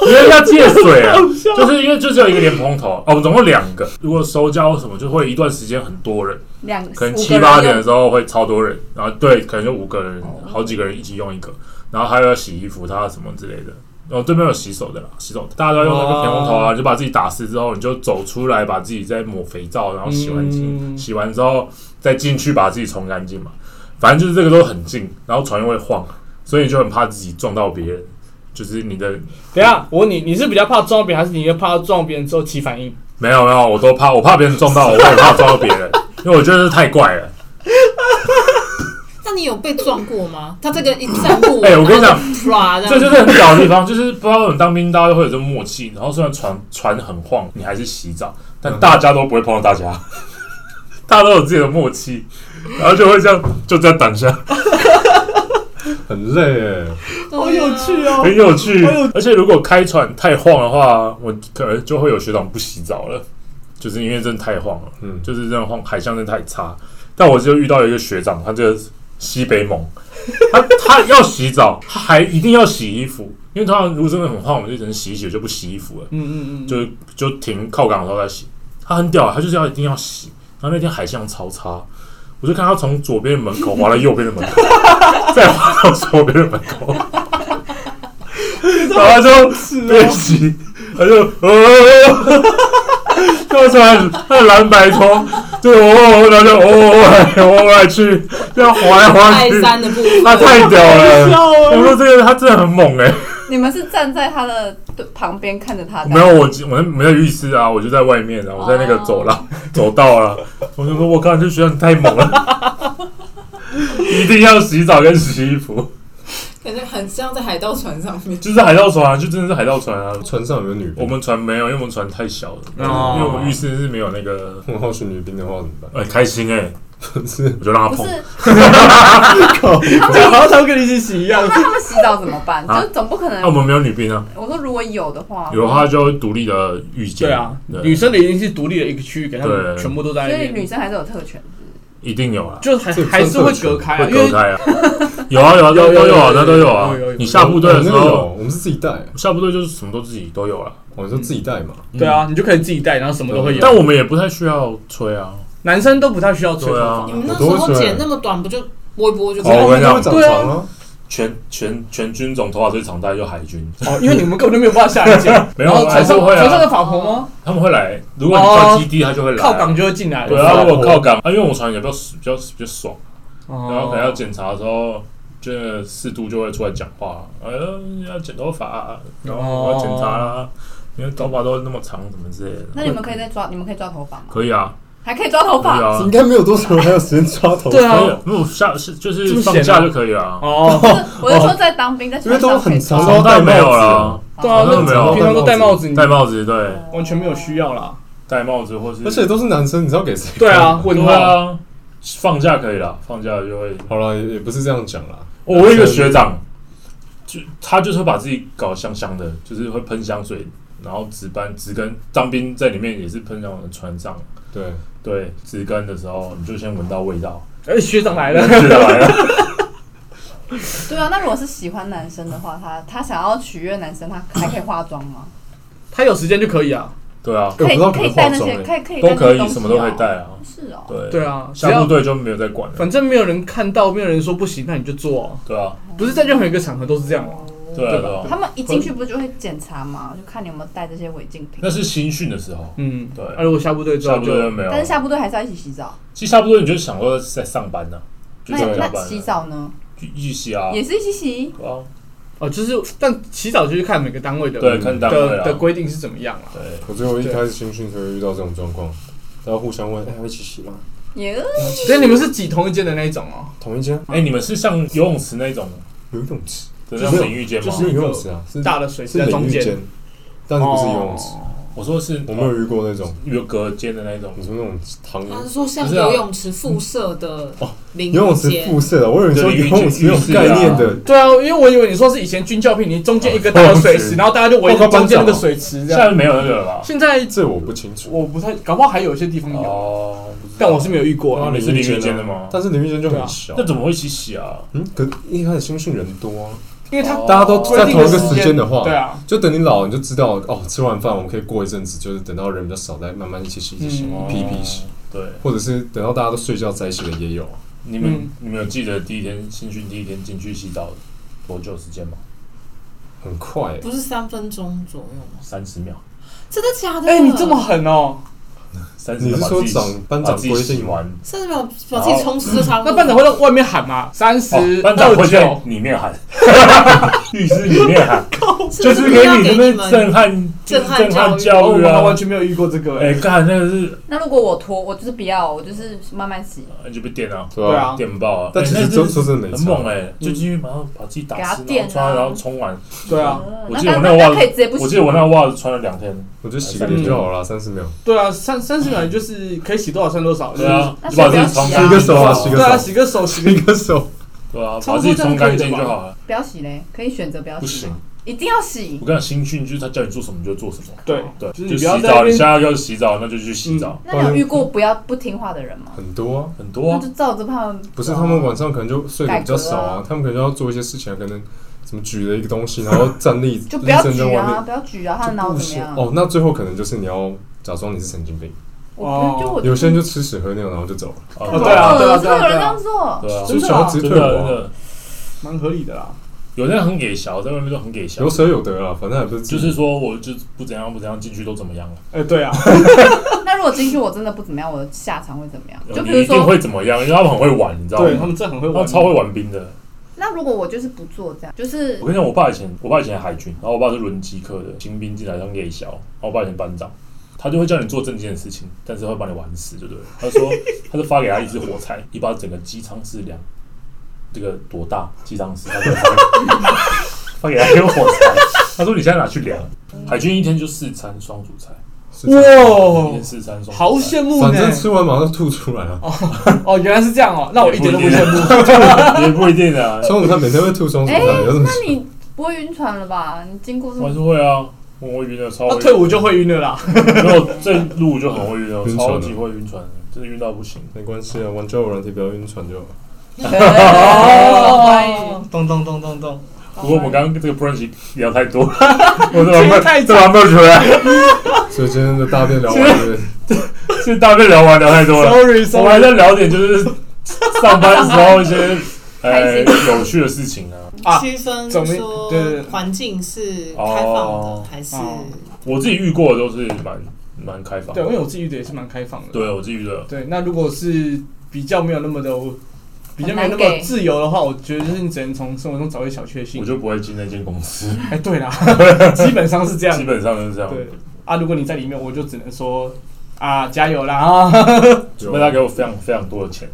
因为要借水啊，就是因为就只有一个莲蓬头哦，我们总共两个。如果收交什么，就会一段时间很多人，
两
可能
五个
七八
人用
点
哦
的时候会超多人，然后对，可能就五个人，好几个人一起用一个，然后还有要洗衣服，他什么之类的。然后对面有洗手的啦，洗手大家都要用那个
哦
甜红头啊，你就把自己打湿之后，你就走出来，把自己再抹肥皂，然后洗完净，
嗯
洗完之后再进去把自己冲干净嘛。反正就是这个都很近，然后船又会晃，所以你就很怕自己撞到别人，就是你的
等一下我问你，你是比较怕撞别人，还是你又怕撞别人之后起反应？
没有没有，我都怕，我怕别人撞到我，我也怕撞到别人，因为我觉得这太怪了。
那你有被撞过吗？他这个一站步，
哎我跟你讲
然后就啪这
这
样，
就是很屌的地方，就是不知道为什么当兵大家都会有这种默契，然后虽然船船很晃，你还是洗澡，
嗯
但大家都不会碰到大家，大家都有自己的默契，然后就会这样就这样挡下，
很累哎。
对啊
哦
很有趣
哎呦。
而且如果开船太晃的话，我可能就会有学长不洗澡了，就是因为真的太晃了，
嗯，
就是这样晃海象真的太差。但我就遇到一个学长，他就是西北猛，他他要洗澡，他还一定要洗衣服，因因为通常如果真的很胖，我们就只能洗一洗，我就不洗衣服了，
嗯嗯嗯，
就就停靠港的时候再洗。他很屌，他就是要一定要洗。然后那天海象超差，我就看他从左边的门口滑到右边的门口，再滑到左边的门口，然后他就练习，他就哦，跳出来，他的蓝白拖，就哦，然后就哦哦来哦来去，这样滑来滑
泰
去，
山的部
他
分，
太屌了。
笑
我
啊！
说这个他真的很猛哎、
你们是站在他的对旁边看着他的，
没有，我我我在浴室啊，我就在外面啊，我在那
哦
个走廊、走道啊，我就说，我靠，这学校你太猛了， 一定要洗澡跟洗衣服，
感觉很像在海盗船上面。
就是海盗船啊，就真的是海盗船啊。
船上有没有女兵？
我们船没有，因为我们船太小了，
哦
因为我们浴室是没有那个，
我好奇女兵的话怎么办？
哎、开心哎、
不是
我就让他
不
碰，
是
就好像跟你一起洗一样，
那他们洗澡怎么办？
啊
就总不可能
那、我。们没有女兵啊，
我说如果有的话，
有的话就独立的浴间，
哦对啊，女
对，
生的一定是独立的一个区域，给他们
对
全部都在
所
那
以女
边，
生还是有特权。
一定有啊。
就还
这
还是会隔开
会
啊，因
隔
为
开啊，有啊有啊，都
有有
都有啊，
有
那都有啊
有有有。
你下部队的时
我们那个有
候，
我们是自己带，
下部队就是什么都自己都有了。啊
我说自己带嘛。
对啊，你就可以自己带，然后什么都会有。
嗯但我们也不太需要吹啊，
男生都不太需要吹
对
头
啊
你，们那时候剪那么短，不就拨一拨就可以
哦我跟
了？
你讲
会长长啊，
全全全军总头发最常戴就海 军，
发，哦，因为你们根本就没有办法下 来剪。
没
然
有
后
还
船
是
上
会啊
船上的法婆吗？
他们会来，如果你到基地，他就会来。啊
靠港就会进来了。
对啊，如果靠港，啊，因为我船也比较比较比较爽，
哦，
然后可能要检查的时候，就是四度就会出来讲话，呃，要剪头发，啊然后我要检查啦，因为头发都那么长，什么之类
那
的。
你们可以再抓，你们可以抓头发吗？
可以啊，
还可以抓头
可
发
以，啊
应，该没有多少人还有时间抓头。
对啊
可以啊，没有下是就是放假就可以啊了。
哦，
不是我是说在当兵在
因为
船
都
上可
很
以
长，
抓。
都
都
戴
戴
没有
了
啦。，
对
对
啊
啊，
好像没
那
有
平常都戴帽子，你
戴帽子，对，
完全没有需要啦。
戴帽子或是，
而且都是男生，你知道给谁？
对啊，，问
对
号。
啊，放假可以啦，放假就会哦
好了，也也不是这样讲啦。
我有一个学长，就他就是会把自己搞得香香的，就是会喷香水，然后值班值跟当兵在里面也是喷那种船上，
对，
对，值跟的时候你就先闻到味道，
哎，学长来了，
觉得来了，
对啊，那如果是喜欢男生的话，他他想要取悦男生，他还可以化妆吗？
他有时间就可以啊。
对啊，
哎我
可
不
以
知道
可
能化
以带那
妆
些，
欸，
可以可以带
都可
那些东
以，
西
什么都可以
哦
带啊，
是哦，
对
对，啊，只
下部
要
队就没有在管了，
反正没有人看到，没有人说不行，那你就做啊。
对啊，
不是在任何一个场合都是这样啊。
对啊，对
他
啊，
们一进去不就会检查吗？就看你有没有带这些违禁品
那。是新训的时候，
嗯，
对
啊，如果下部队之
下
后
部队就
就
没有
但，是下部队还是要一起洗澡，
其实下部队你就想说在上班呢，就
那
在上
那
班
洗
啊，
澡呢，
就一起啊，
也是一起洗。
对啊，
哦，就是但洗澡就是看每个单位的
对，看单位
的的
啊，
规定是怎么样啊。
对。
我觉得我一开始新训就会遇到这种状况，大家互相问，哎，要一起洗吗？
耶，
所以你们是挤同一间的那一种哦。
同一间
哎、你们是像游泳池那种
游泳池，
的那种淋浴间吗？
不是游泳池啊，是
大的水池
是
在
淋
中
浴
间，哦
间，但是不是游
哦
泳池。
我说是，
我没有遇过那种，
有隔间的那种
你，说那种汤
他哦是
游
说像
不是啊
游泳池附设的淋
泳
浴
池
间，
附设的，啊我以为你说游泳池有概念的，
对啊，因为我以为你说是以前军教片，你中间一个
哦
大的水池，然后大家就围着中间那个水池这
现
样。
在没有那个了吧？
现在
这我不清楚。
我不太，搞不好还有一些地
嗯
方有，
哦，
但我是没有遇过
哇
啊。
哦你是淋浴间的吗啊
但是淋浴间就很小
那。怎么会一起洗啊？
嗯，可一开始新训人多啊，
因为他
哦
大家都在同一个时间的
对
话，
啊，
就等你老了你就知道哦，吃完饭我们可以过一阵子，就是等到人比较少再慢慢一起洗一起洗，
嗯
一批一批洗，
哦对，
或者是等到大家都睡觉在一起的也有啊。
你们、
嗯
你们有记得第一天新训第一天进去洗澡多久时间吗？
很快欸，
不是三分钟左右吗？
三十秒，
真的假的？
哎，你这么狠哦？
三十
你
秒
是
把
说
自己洗
长班长
把自己
规
洗
定吗
完？
三十秒把自己冲湿就差不多。
那班长会在外面喊吗？三十
哦、班长
二
会在
九，
里面喊， 浴室里面喊，就是
不
给
要
你
给
这
你
边
们
震撼
震撼
震撼
哦，
教
我
育
们还
啊
完！全没有遇过这个。
哎，
哎，
干那个是
那如果我脱，我就是不要，我就是慢慢洗，
那就被电啊，
对
对
吧？
啊
电爆啊！
但其
哎
实
那
真
是
说真的没
很
差嗯
猛哎、就进去马上把自己打
给他
湿，
电
然
啊
后抓，然后冲完。
对啊，
嗯
我
那
记得我
那
那个袜
可以直接不
子，
洗。
我记得我那个袜子穿了两天。
我觉得洗个脸就好了，三十秒。
对啊，三三十秒就是可以洗多少算多少，
对啊，
那
就把自己
所
冲
以不
要洗啊洗个手啊洗
就
个
是对啊，洗个手，洗个
一个手，
对啊，
差
把
不多
自己冲干净就好了。
不要洗嘞，可以选择不要
不
洗
行
吗，一定要洗
我。跟你讲，新训就是他叫你做什么你就做什么。
对
对，
就是
就
你不要
洗
在那
澡，你
边
现在要洗澡，那就去洗澡。
那你有遇过不要不听话的人吗？
很多啊。
很多
那
啊
就，照着他们。
不是他们晚上可能就睡得比较少
改革
啊
啊，
他们可能就要做一些事情啊，可能什么举了一个东西，然后站立
就不要
立正在
举
外
啊，
面，
不要举啊，他的脑
不
怎么
行
样？
哦。那最后可能就是你要假装你是神经病，
我不就我
有些人就吃屎喝尿，然后就走了。
哦
哦对啊对啊
怎么会有
对啊
人这样做？
对啊，
就想要直
真
退
的真
我啊，
的，
蛮合理的啦。
有的人很给小，在外面就很给小
有，舍有得啊，反正还不是自
就
己
是说我就不怎样不怎样，进去都怎么样了，
哎，对啊，
那如果进去我真的不怎么样，我的下场会怎么样？就比
哦呃你
如
一定
说，
会怎么样，因为他们很会玩，你知道
对他
吗？
们真的很会
他们
玩，
超会玩兵的。
那如果我就是不做这样，就是
我跟你讲，我爸以前，我爸以前海军，然后我爸是轮机科的，新兵进来当夜宵，然后我爸以前班长，他就会叫你做正经的事情，但是会把你玩死，就对了。他说，他就发给他一支火柴，你把整个机舱室量，这个多大机舱室，他就发给他一根火柴，他说你现在拿去量，海军一天就四餐双主菜，
是
一天
哇，
四餐双主菜，
哦好羡慕
反正
呢！
吃完马上吐出来啊。
哦，原来是这样哦，那我一点都不羡慕。
慕， 也不一定啊，
双午餐每天会吐双子
哎、
餐，有什么
那？你不会晕船了吧？你经过这
我还
么
是会啊。我会晕的，超
那
会
退伍就会晕了啦。
没有这路就很会晕了，
晕船
超
了
级会晕船的，真的晕到不行。
没关系啊，玩交友软体不要晕船就好。
哦，咚咚咚咚咚，
不过我们刚刚这个 brunch 聊太 多，我都
这个
还
太
没都还没有出来，
所以今天的大便聊完了，
是大概聊完聊太 多了。
Sorry，
我们还在聊点就是上班时候 一些呃
开
有趣的事情啊。
啊
区分
总之
说
对对对
环境是
哦
开放的还是
哦
我自己遇过的都是蛮蛮开放
对，因
的，
为我自己遇的也是蛮开放的。
对我自己遇的
对，啊那如果是比较没有那么的，比较没有那
很难
么
给
自由的话，我觉得就是你只能从生活中找一些小确幸
我。就不会进那间公司，
哎，对 啦，基本上是这样
基。本上都是这样。
对啊，如果你在里面，我就只能说啊，加油啦 啊！
除非他给我非常非常多的钱，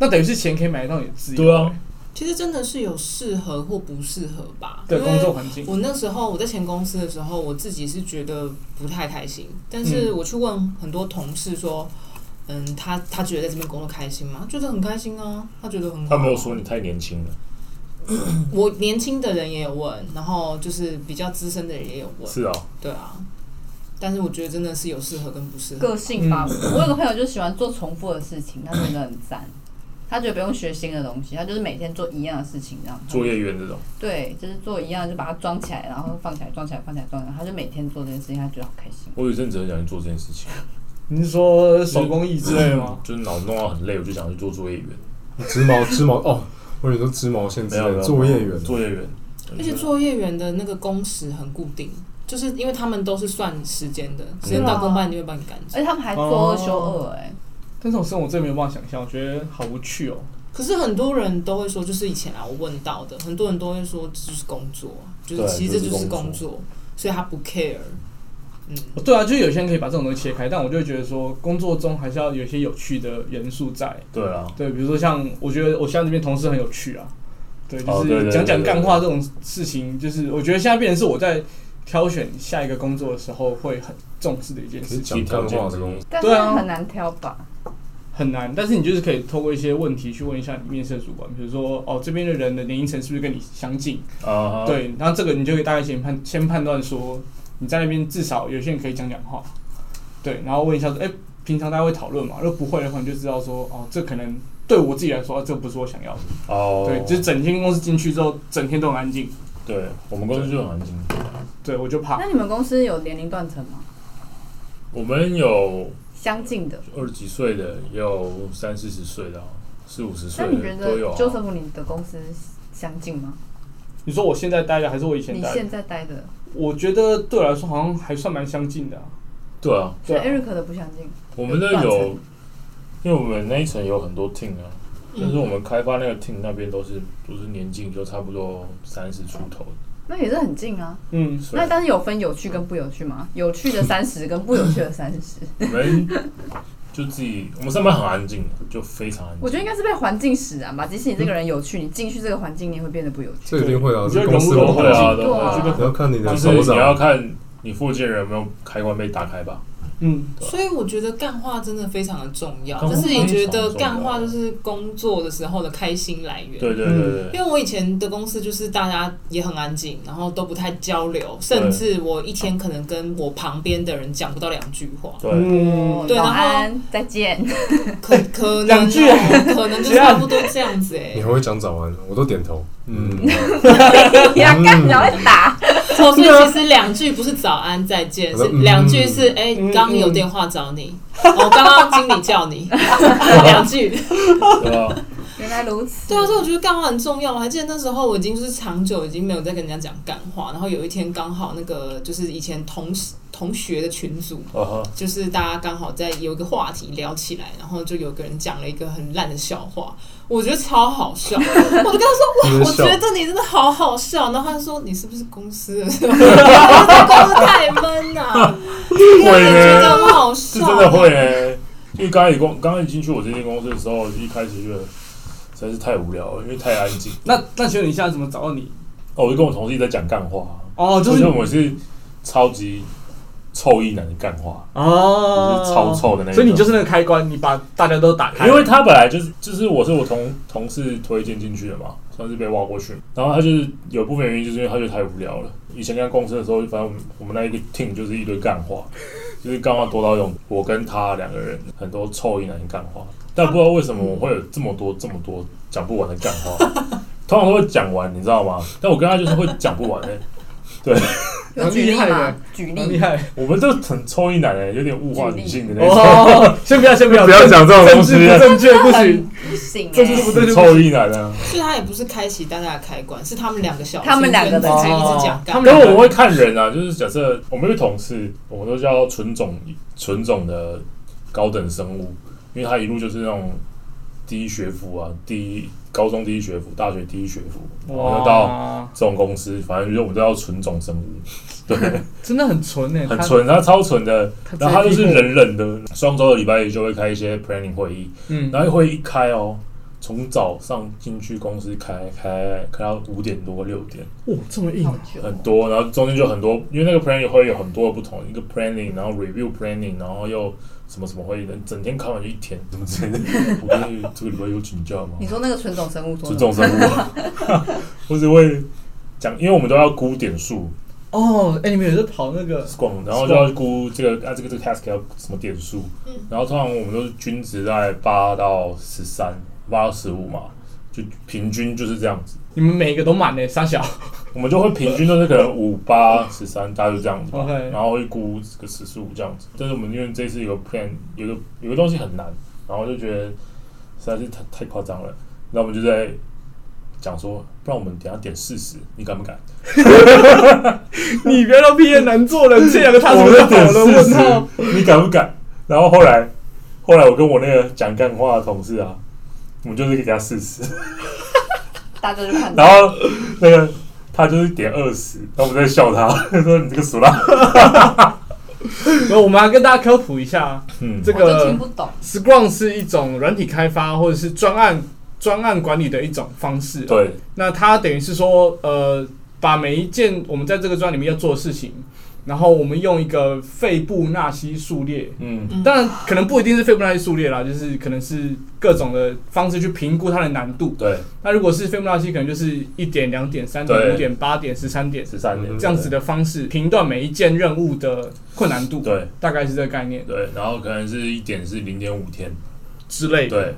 那等于是钱可以买到你的自由。
对啊，
其实真的是有适合或不适合吧？
对
因为
工作环境。
我那时候我在前公司的时候，我自己是觉得不太开心，但是我去问很多同事说，嗯，他他觉得在这边工作开心吗？他觉得很开心啊，他觉得很好。
他没有说你太年轻了，
我年轻的人也有问，然后就是比较资深的人也有问，
是啊，
对啊。但是我觉得真的是有适合跟不适合，
个性吧？我有个朋友就喜欢做重复的事情，他真的很赞。他觉得不用学新的东西，他就是每天做一样的事情，这样。
作业员这种，
对，就是做一样，就把它装起来，然后放起来，装起来，放起来，装起来。他就每天做这件事情，他觉得好开心。
我有一阵子很想去做这件事情，
你是说手工艺之类的吗？
就是脑弄到很累，我就想去做作业员，
织毛织毛哦，我跟你说织毛线之
没
类
有没
的
有
作业员，啊
作业员，
而且作业员的那个工时很固定，就是因为他们都是算时间的，时间到公班就会帮你赶走。
而且他们还做二休二、哎、
但是我生活真的没有办法想象，我觉得好无趣哦。
可是很多人都会说，就是以前啊，我问到的，很多人都会说这就是工作，就是
对
其实这就
这
是
是
工
工
作，所以他不 care。嗯，
对啊，就是有些人可以把这种东西切开，但我就会觉得说，工作中还是要有一些有趣的元素在。
对啊，
对，比如说像我觉得我现在这边同事很有趣啊，对，就
哦对对
是
对
讲讲
对对
干话这种事情，就是我觉得现在变成是我在挑选下一个工作的时候会很重视的一件
可
事
以
情，
讲干话的东西。
但
对
是
啊
很难挑吧？
很难。但是你就是可以透过一些问题去问一下你面试的主管，比如说哦这边的人的年龄层是不是跟你相近？
哦
啊，，
对，然后这个你就可以大概先判先判断说你在那边至少有些人可以讲讲话，对，然后问一下说，哎、平常大家会讨论嘛？如果不会的话，你就知道说哦这可能。对我自己来说，啊这不是我想要的。
哦，
对，就是整间公司进去之后，整天都很安静。
对，我们公司就很安静。
对，我就怕
那你们公司有年龄断层吗？
我们有
相近的？
二十几岁的，也有三四十岁的啊，四五十
那
岁
你觉
的
得
都有啊。
Joseph 你的公司相近吗？
你说我现在待的还是我以前
你
待的，
现在待的，
我觉得对我来说好像还算蛮相近的啊、
对啊，
对
所以
啊
Eric 的不相近。
我们那
有断层
有，因为我们那一层有很多 team 啊，但是我们开发那个 team 那边都是都是年纪就差不多三十出头的
那也是很近啊，
嗯，
所以
那但是有分有趣跟不有趣吗？有 趣的三十跟不有趣的三十，
我们就自己，我们上班很安静，就非常安静。
我觉得应该是被环境使然吧。即使你这个人有趣，你进去这个环境，你也会变得不有趣。
这一定会啊，
我觉
这
得
公司文
融入
化
对
环境
啊，对
对啊
啊，
我觉得
你要看你的
就是
手
你要
掌，
看你附近人有没有开关被打开吧。
嗯，
所以我觉得干话真的非常的重要，
啊干话
但是也觉得
非常重要
干话就是工作的时候的开心来源。
对对对对，
因为我以前的公司就是大家也很安静，然后都不太交流，甚至我一天可能跟我旁边的人讲不到两句话，
对，
嗯，
对
哦
然
早
后
安，再 见。
可可能哦
两句啊
可能就差不多这样子哎、
你很会讲早安，我都点头。嗯，
你要
嗯
干，你要会打。
哦，所以其实两句不是早安再见，是
嗯
两句是哎，
嗯
刚、有电话找你，哦，刚刚经理叫 你，两句。
对吧？
原来如此。
对啊，所以我觉得干话很重要。我还记得那时候我已经就是长久已经没有在跟人家讲干话，然后有一天刚好那个就是以前同事同学的群组，
啊哈，
就是大家刚好在有一个话题聊起来，然后就有个人讲了一个很烂的笑话，我觉得超好 笑，我就跟他说
你
哇，
在
我
笑
觉得你真的好好笑，然后他就说你是不是公司的？我 说公司太闷了、啊，我
会
也觉得
呢，
很好
是
笑，
真的会呢。因为刚开始公，刚开始进去我这间公司的时候，一开始觉得实在是太无聊了，因为太安静。
那那请问你现在怎么找到你？
哦，我就跟我同事一直在讲干话，
哦，就
就是是我是超级臭一男的干话，
哦
就是超臭的那一种
所以你就是那个开关，你把大家都打开，
因为他本来就是就是我是我同同事推荐进去的嘛，算是被挖过去。然后他就是有部分原因就是因为他觉得太无聊了。以前跟公司的时候，反正我们我们那一个 team 就是一堆干话， 就是干话多到用我跟他两个人很多臭一男干话。但不知道为什么我会有这么多这么多讲不完的干 话，通常都会讲完，你知道吗？但我跟他就是会讲不完哎、
有举例
蛮厉害
吗
的？
举
蛮厉
例。
害。
我们都很臭一男哎、有点物化女性的那种。
哦， 先不要，先不要，
不要讲这种东西
政治不正确不行。
不行
这就是不
哎，
对，
臭一男啊！
所以他也不是开启大家的开关，是他们两个小
他们两个的
圈圈自己一直讲干
他
话
们
但我会看人啊，就是假设我们有个同事，我们都叫纯种纯种的高等生物，因为他一路就是那种第一学府啊，第一高中第一学府，大学第一学府，然后到
哇，
这种公司，反正就是我们都叫纯种生物， 对，
真的很纯诶，
很
他，
纯，他超纯的，然后他就是
真的
冷冷的。双周的礼拜一就会开一些 planning 会议，
嗯，
然后会一开哦，从早上进去公司开开开到五点多六点。
哇，这么硬
好
啊，
久
很多，然后中间就很多，因为那个 planning 会有很多的不同，一个 planning，然后 review planning，然后又什么什么会议，整天开完就一天，怎么之类的。我跟你这个礼拜有请假吗？
你说那个纯种生物多
就这？种生活， 我只会讲，因为我们都要估点数
哦，哎，你们也是跑那个
score，然后就要估这个啊这个这个 task 要什么点数，
嗯
然后通常我们都是均值在八到十三，八到十五嘛，就平均就是这样子。
你们每一个都满呢，欸三 小。
我们就会平均都是可能五八十三，大概就这样子吧
OK
然后会估这个时速这样子。但是我们因为这次有个 plan，有个有个东西很难，然后就觉得实在是太太夸张了，那我们就在讲说，不然我们等一下点四十，你敢不敢？
你不要让 P A 难做人，这两个他什
我
么
们
都
在
好
点
了，
四
问号。
十， 你敢不敢？然后后来后来我跟我那个讲干话的同事啊，我们就是给他四十，
大家就看
然后那个他就是点二十，然后我们在笑他， 说你这个死啦，
然后我们要跟大家科普一下，
嗯，
这
我就听
个
不懂。
Scrum 是一种软体开发或者是专案专案管理的一种方式。
对。
那它等于是说，呃，把每一件我们在这个专案里面要做的事情，然后我们用一个费布纳西数列。
嗯，
当然，可能不一定是费布纳西数列啦，就是可能是各种的方式去评估它的难度。
对，
那如果是费布纳西，可能就是一点、两点、三点、
对
五点、八点、十三点
十三年
嗯
这样子的方式评断每一件任务的困难度，
对
大概是这个概念
对，然后可能是一点是零点五天，
之类的。
对，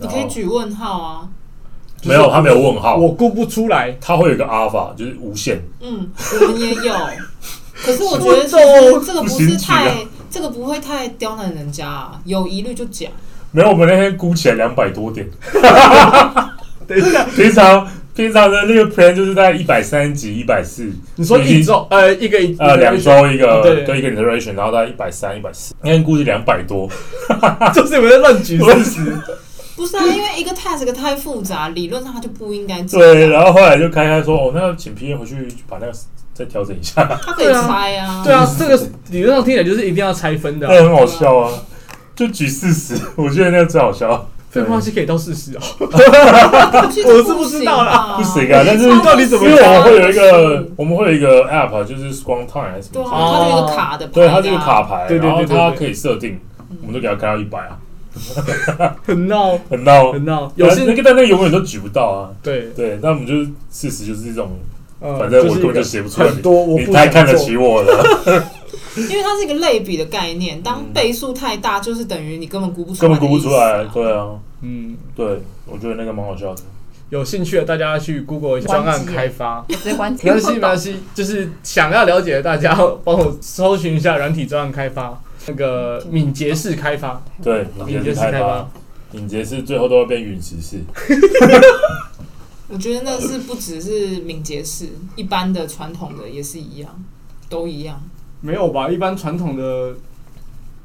你
然
可以
后
举问号啊，
就是
没有，他没有问号，
我估不出来。
他会有一个阿尔法，就是无限，
嗯，
哦
我们也有。可是我觉得其
我
实这个不是
不
太，这个不会太刁难人家、啊，有疑虑就讲。
没有，我们那天估起来两百 多点，
等一下，
平常平常的那个 plan 就是在一百三几、一百四，
你说一
周
周呃一个
呃 两，周一个
对
对一个 iteration，然后大概一百三、一百四，那天估计两百多，
一个就是你们在乱 举事实。
不是啊，因为一个 task 太复杂，理论上它就不应该这
对，
样，
然后后来就开开说，哦，那请 P A 回去把那个再调整一下，
它可以猜啊。
对啊，这个理论上听起来就是一定要拆分的啊、
那很好笑啊，就举四十，我觉得那个最好笑，
废话是可以到四十啊，
我
我是不
啊
知道啦
不行啊，但是
到底怎么
因为我们
知道
会有一个我们会有一个 app，就是啊 Scrum Time 还是什
对
么
啊，
之类
它就
的，
有一个卡的牌的
哦对，
啊，
它这个卡牌，
对对对
然后
对
它
对
可以设定，我们都给它开到一百啊，
很闹
很闹。
很闹。有
有
些
些那个但那个永远都举不到啊，
对，
对，那我们就是事实就是这种，
呃
反正我
是
根本嗯就写不出来，
很多，我
你
不
太
想
看得
做
起我了，
因为它是一个类比的概念，当
嗯
倍数太大，就是等于你根本估不出来，
根本估不出来，。对啊，
嗯，
对，我觉得那个蛮好笑的，
有兴趣的大家去 Google 一下专案
关机
开发。
直接关机
没。关系，没关系，就是想要了解的大家帮我搜寻一下软体专案开发，那个敏捷式开发，
对，
敏
敏
捷式
捷式
开
开
发
发，敏捷式最后都会变陨石式，
我觉得那是不只是敏捷式，一般的传统的也是一样，都一样，
没有吧？一般传统的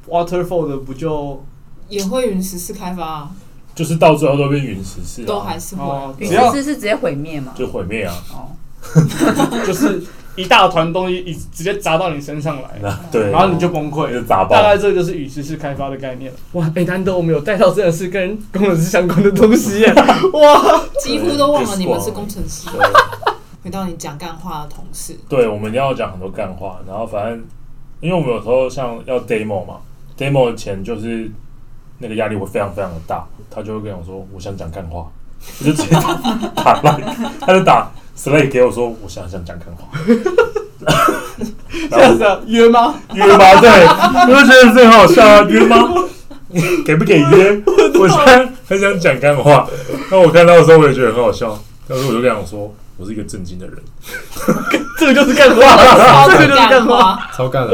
waterfall 的不就
也会云十四开发啊，
就是到最后都变陨石式啊，
都还是会。
哦，
陨
只要
石是直接毁灭嘛？
就毁 灭啊，
哦，
就是一大团东西一直接砸到你身上来，
那对，
然后你就崩溃
就。砸爆
大，概这个就是与知识开发的概念了。哇，哎、难得我们有带到真的是跟工程师相关的东西 耶！哇，
几乎都忘了你们是
对
工程师。
对。
回到你讲干话的同事，
对，我们一定要讲很多干话，然后反正因为我们有时候像要 demo 嘛，demo 的前就是那个压力会非常非常的大，他就会跟我说我想讲干话， 我就直接打打 like，他就打 slay 给我说我想想讲干话，
这样子啊约吗？
约吗？对，我就觉得这很好笑啊，约吗？ 给不给约？我现在很想讲干话，那我看到的时候我也觉得很好笑，但是我就跟他讲说我是一个正经的人，
这个就是干 话，这个就是干
干
话。
话，
超干了，啊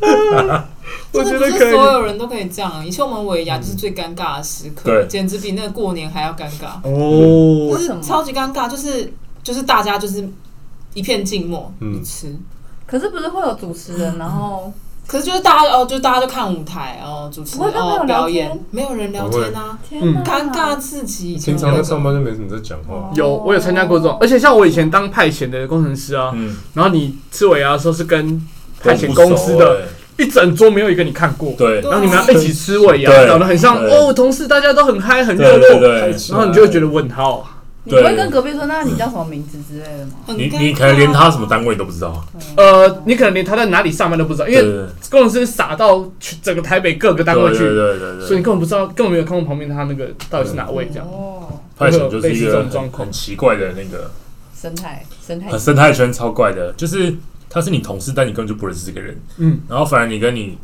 我
真
觉
的
得
不
可
是所
以。
有人都可以这样。以前我们尾
嗯
牙就是最尴尬的时刻，
对
简直比那个过年还要尴尬。
哦
就，
为
是
什么
超级尴尬，就是就是大家就是一片静默，
嗯
不吃。
可是不是会有主持人，然后
可是就是大家哦，就大家就看舞台哦，主持
不会
人
跟朋友
哦，
聊
表
天
演，没有人聊天啊，
嗯
天哪，
尴尬自己。
平常在上班就没什么在讲话
哦，
有我有参加过这种，而且像我以前当派遣的工程师啊，
嗯，
然后你吃尾牙的时候是跟派遣
都不
公司
熟
的
欸
一整桌没有一个你看过，
对
对
然后你们要一起吃尾牙，
对
搞得很像
对
哦，同事大家都很嗨很热
对对
络，
对，
然后你就会觉得问号，
你不会
对
跟隔壁说，那你叫什么名字之类的吗？
很
你
尴尬
你
啊
可能连他什么单位都不知道，啊
呃，你可能连他在哪里上班都不知道，因
对
为工程师撒到全整个台北各个单位
对对
去，
对对对，
所以你根本不知道，根本没有看过旁边他那个到底是哪位这样。
哦，
派遣就是
类似
一
这
个
种状
很
况
很奇怪的那个，
生态生态
很呃生态圈超怪的，就是他是你同事，但你根本就不认识这个人，
嗯，
然后反而你跟你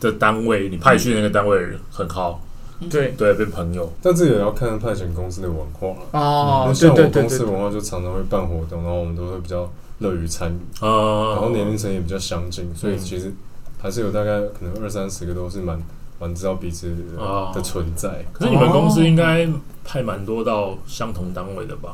的单位，你派去的那个单位的人很好，
对
对，变朋友，
但这也要看派遣公司的文化了。
哦，对
嗯像我
对对
公司
对，
文化就常常会办活动，然后我们都会比较乐于参与，
呃，
然后年龄层也比较相近，所以
嗯
其实还是有大概可能二三十个都是蛮蛮知道彼此
哦
的存在，
可是你们公
哦
司应该派蛮多到相同单位的吧？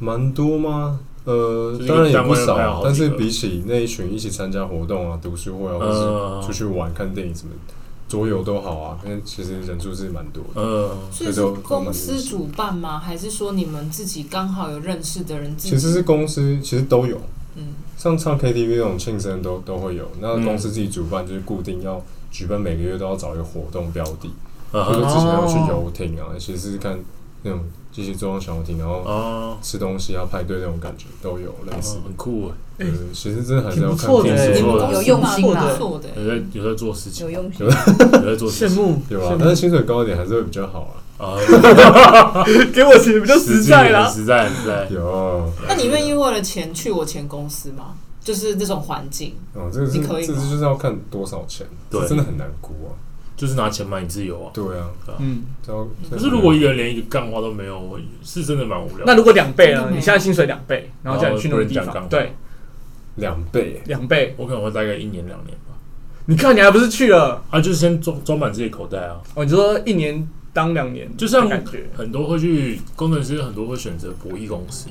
蛮多吗？呃
就是，一个
当然也
单
不
位要派
少，
好
但
几
是
个
比起那一群一起参加活动啊、读书会啊，或
嗯
是出去玩、看电影什么的，桌游都好啊，因为其实人数是蛮多的。
呃，
所以是公司主办吗？还是说你们自己刚好有认识的人自己？
其实是公司其实都有，
嗯，
像唱 KTV 那种庆生都都会有。那
嗯
公司自己主办就是固定要举办，每个月都要找一个活动标的，
嗯
比如说
哼
之前要去
哦
游艇啊，其实是看那种这些中央小游艇，然后
哦，
吃东西啊、派对那种感觉都有类似
哦。很酷欸，
呃，其实真的还是要
哎挺
看
不错
公
的
司
欸
你
主
们
办
公司
有用心
蛮
啊
不错的欸，
有在有在做事情
有，用心
有。在 做事
羡
情
慕
对吧？但是薪水高一点还是会比较好啊。
啊，
给我钱比较实在啦。
实在很实在，
有，哦
那你愿意为了钱去我前公司吗？就是这种环境，
哦，这个是
你可以
这
吗
就是要看多少钱，
对
这真的很难估啊。
就是拿钱买你自由啊。
对啊，
嗯，
这要
可是如果一个人连一个干话都没有，我是真的蛮无聊的。
那如果两倍
真
啊
的
呢？
没有
你现在薪水两倍，然后叫你去那个地
哦不能讲干
方，
话
对，
两倍，
两倍。
我可能会大概一年两年吧。
你看你还不是去了？
啊，就是先装装满自己的口袋啊。
哦，你说一年当两年，
就像
感觉
很多会去工程师，很多会选择博弈公司，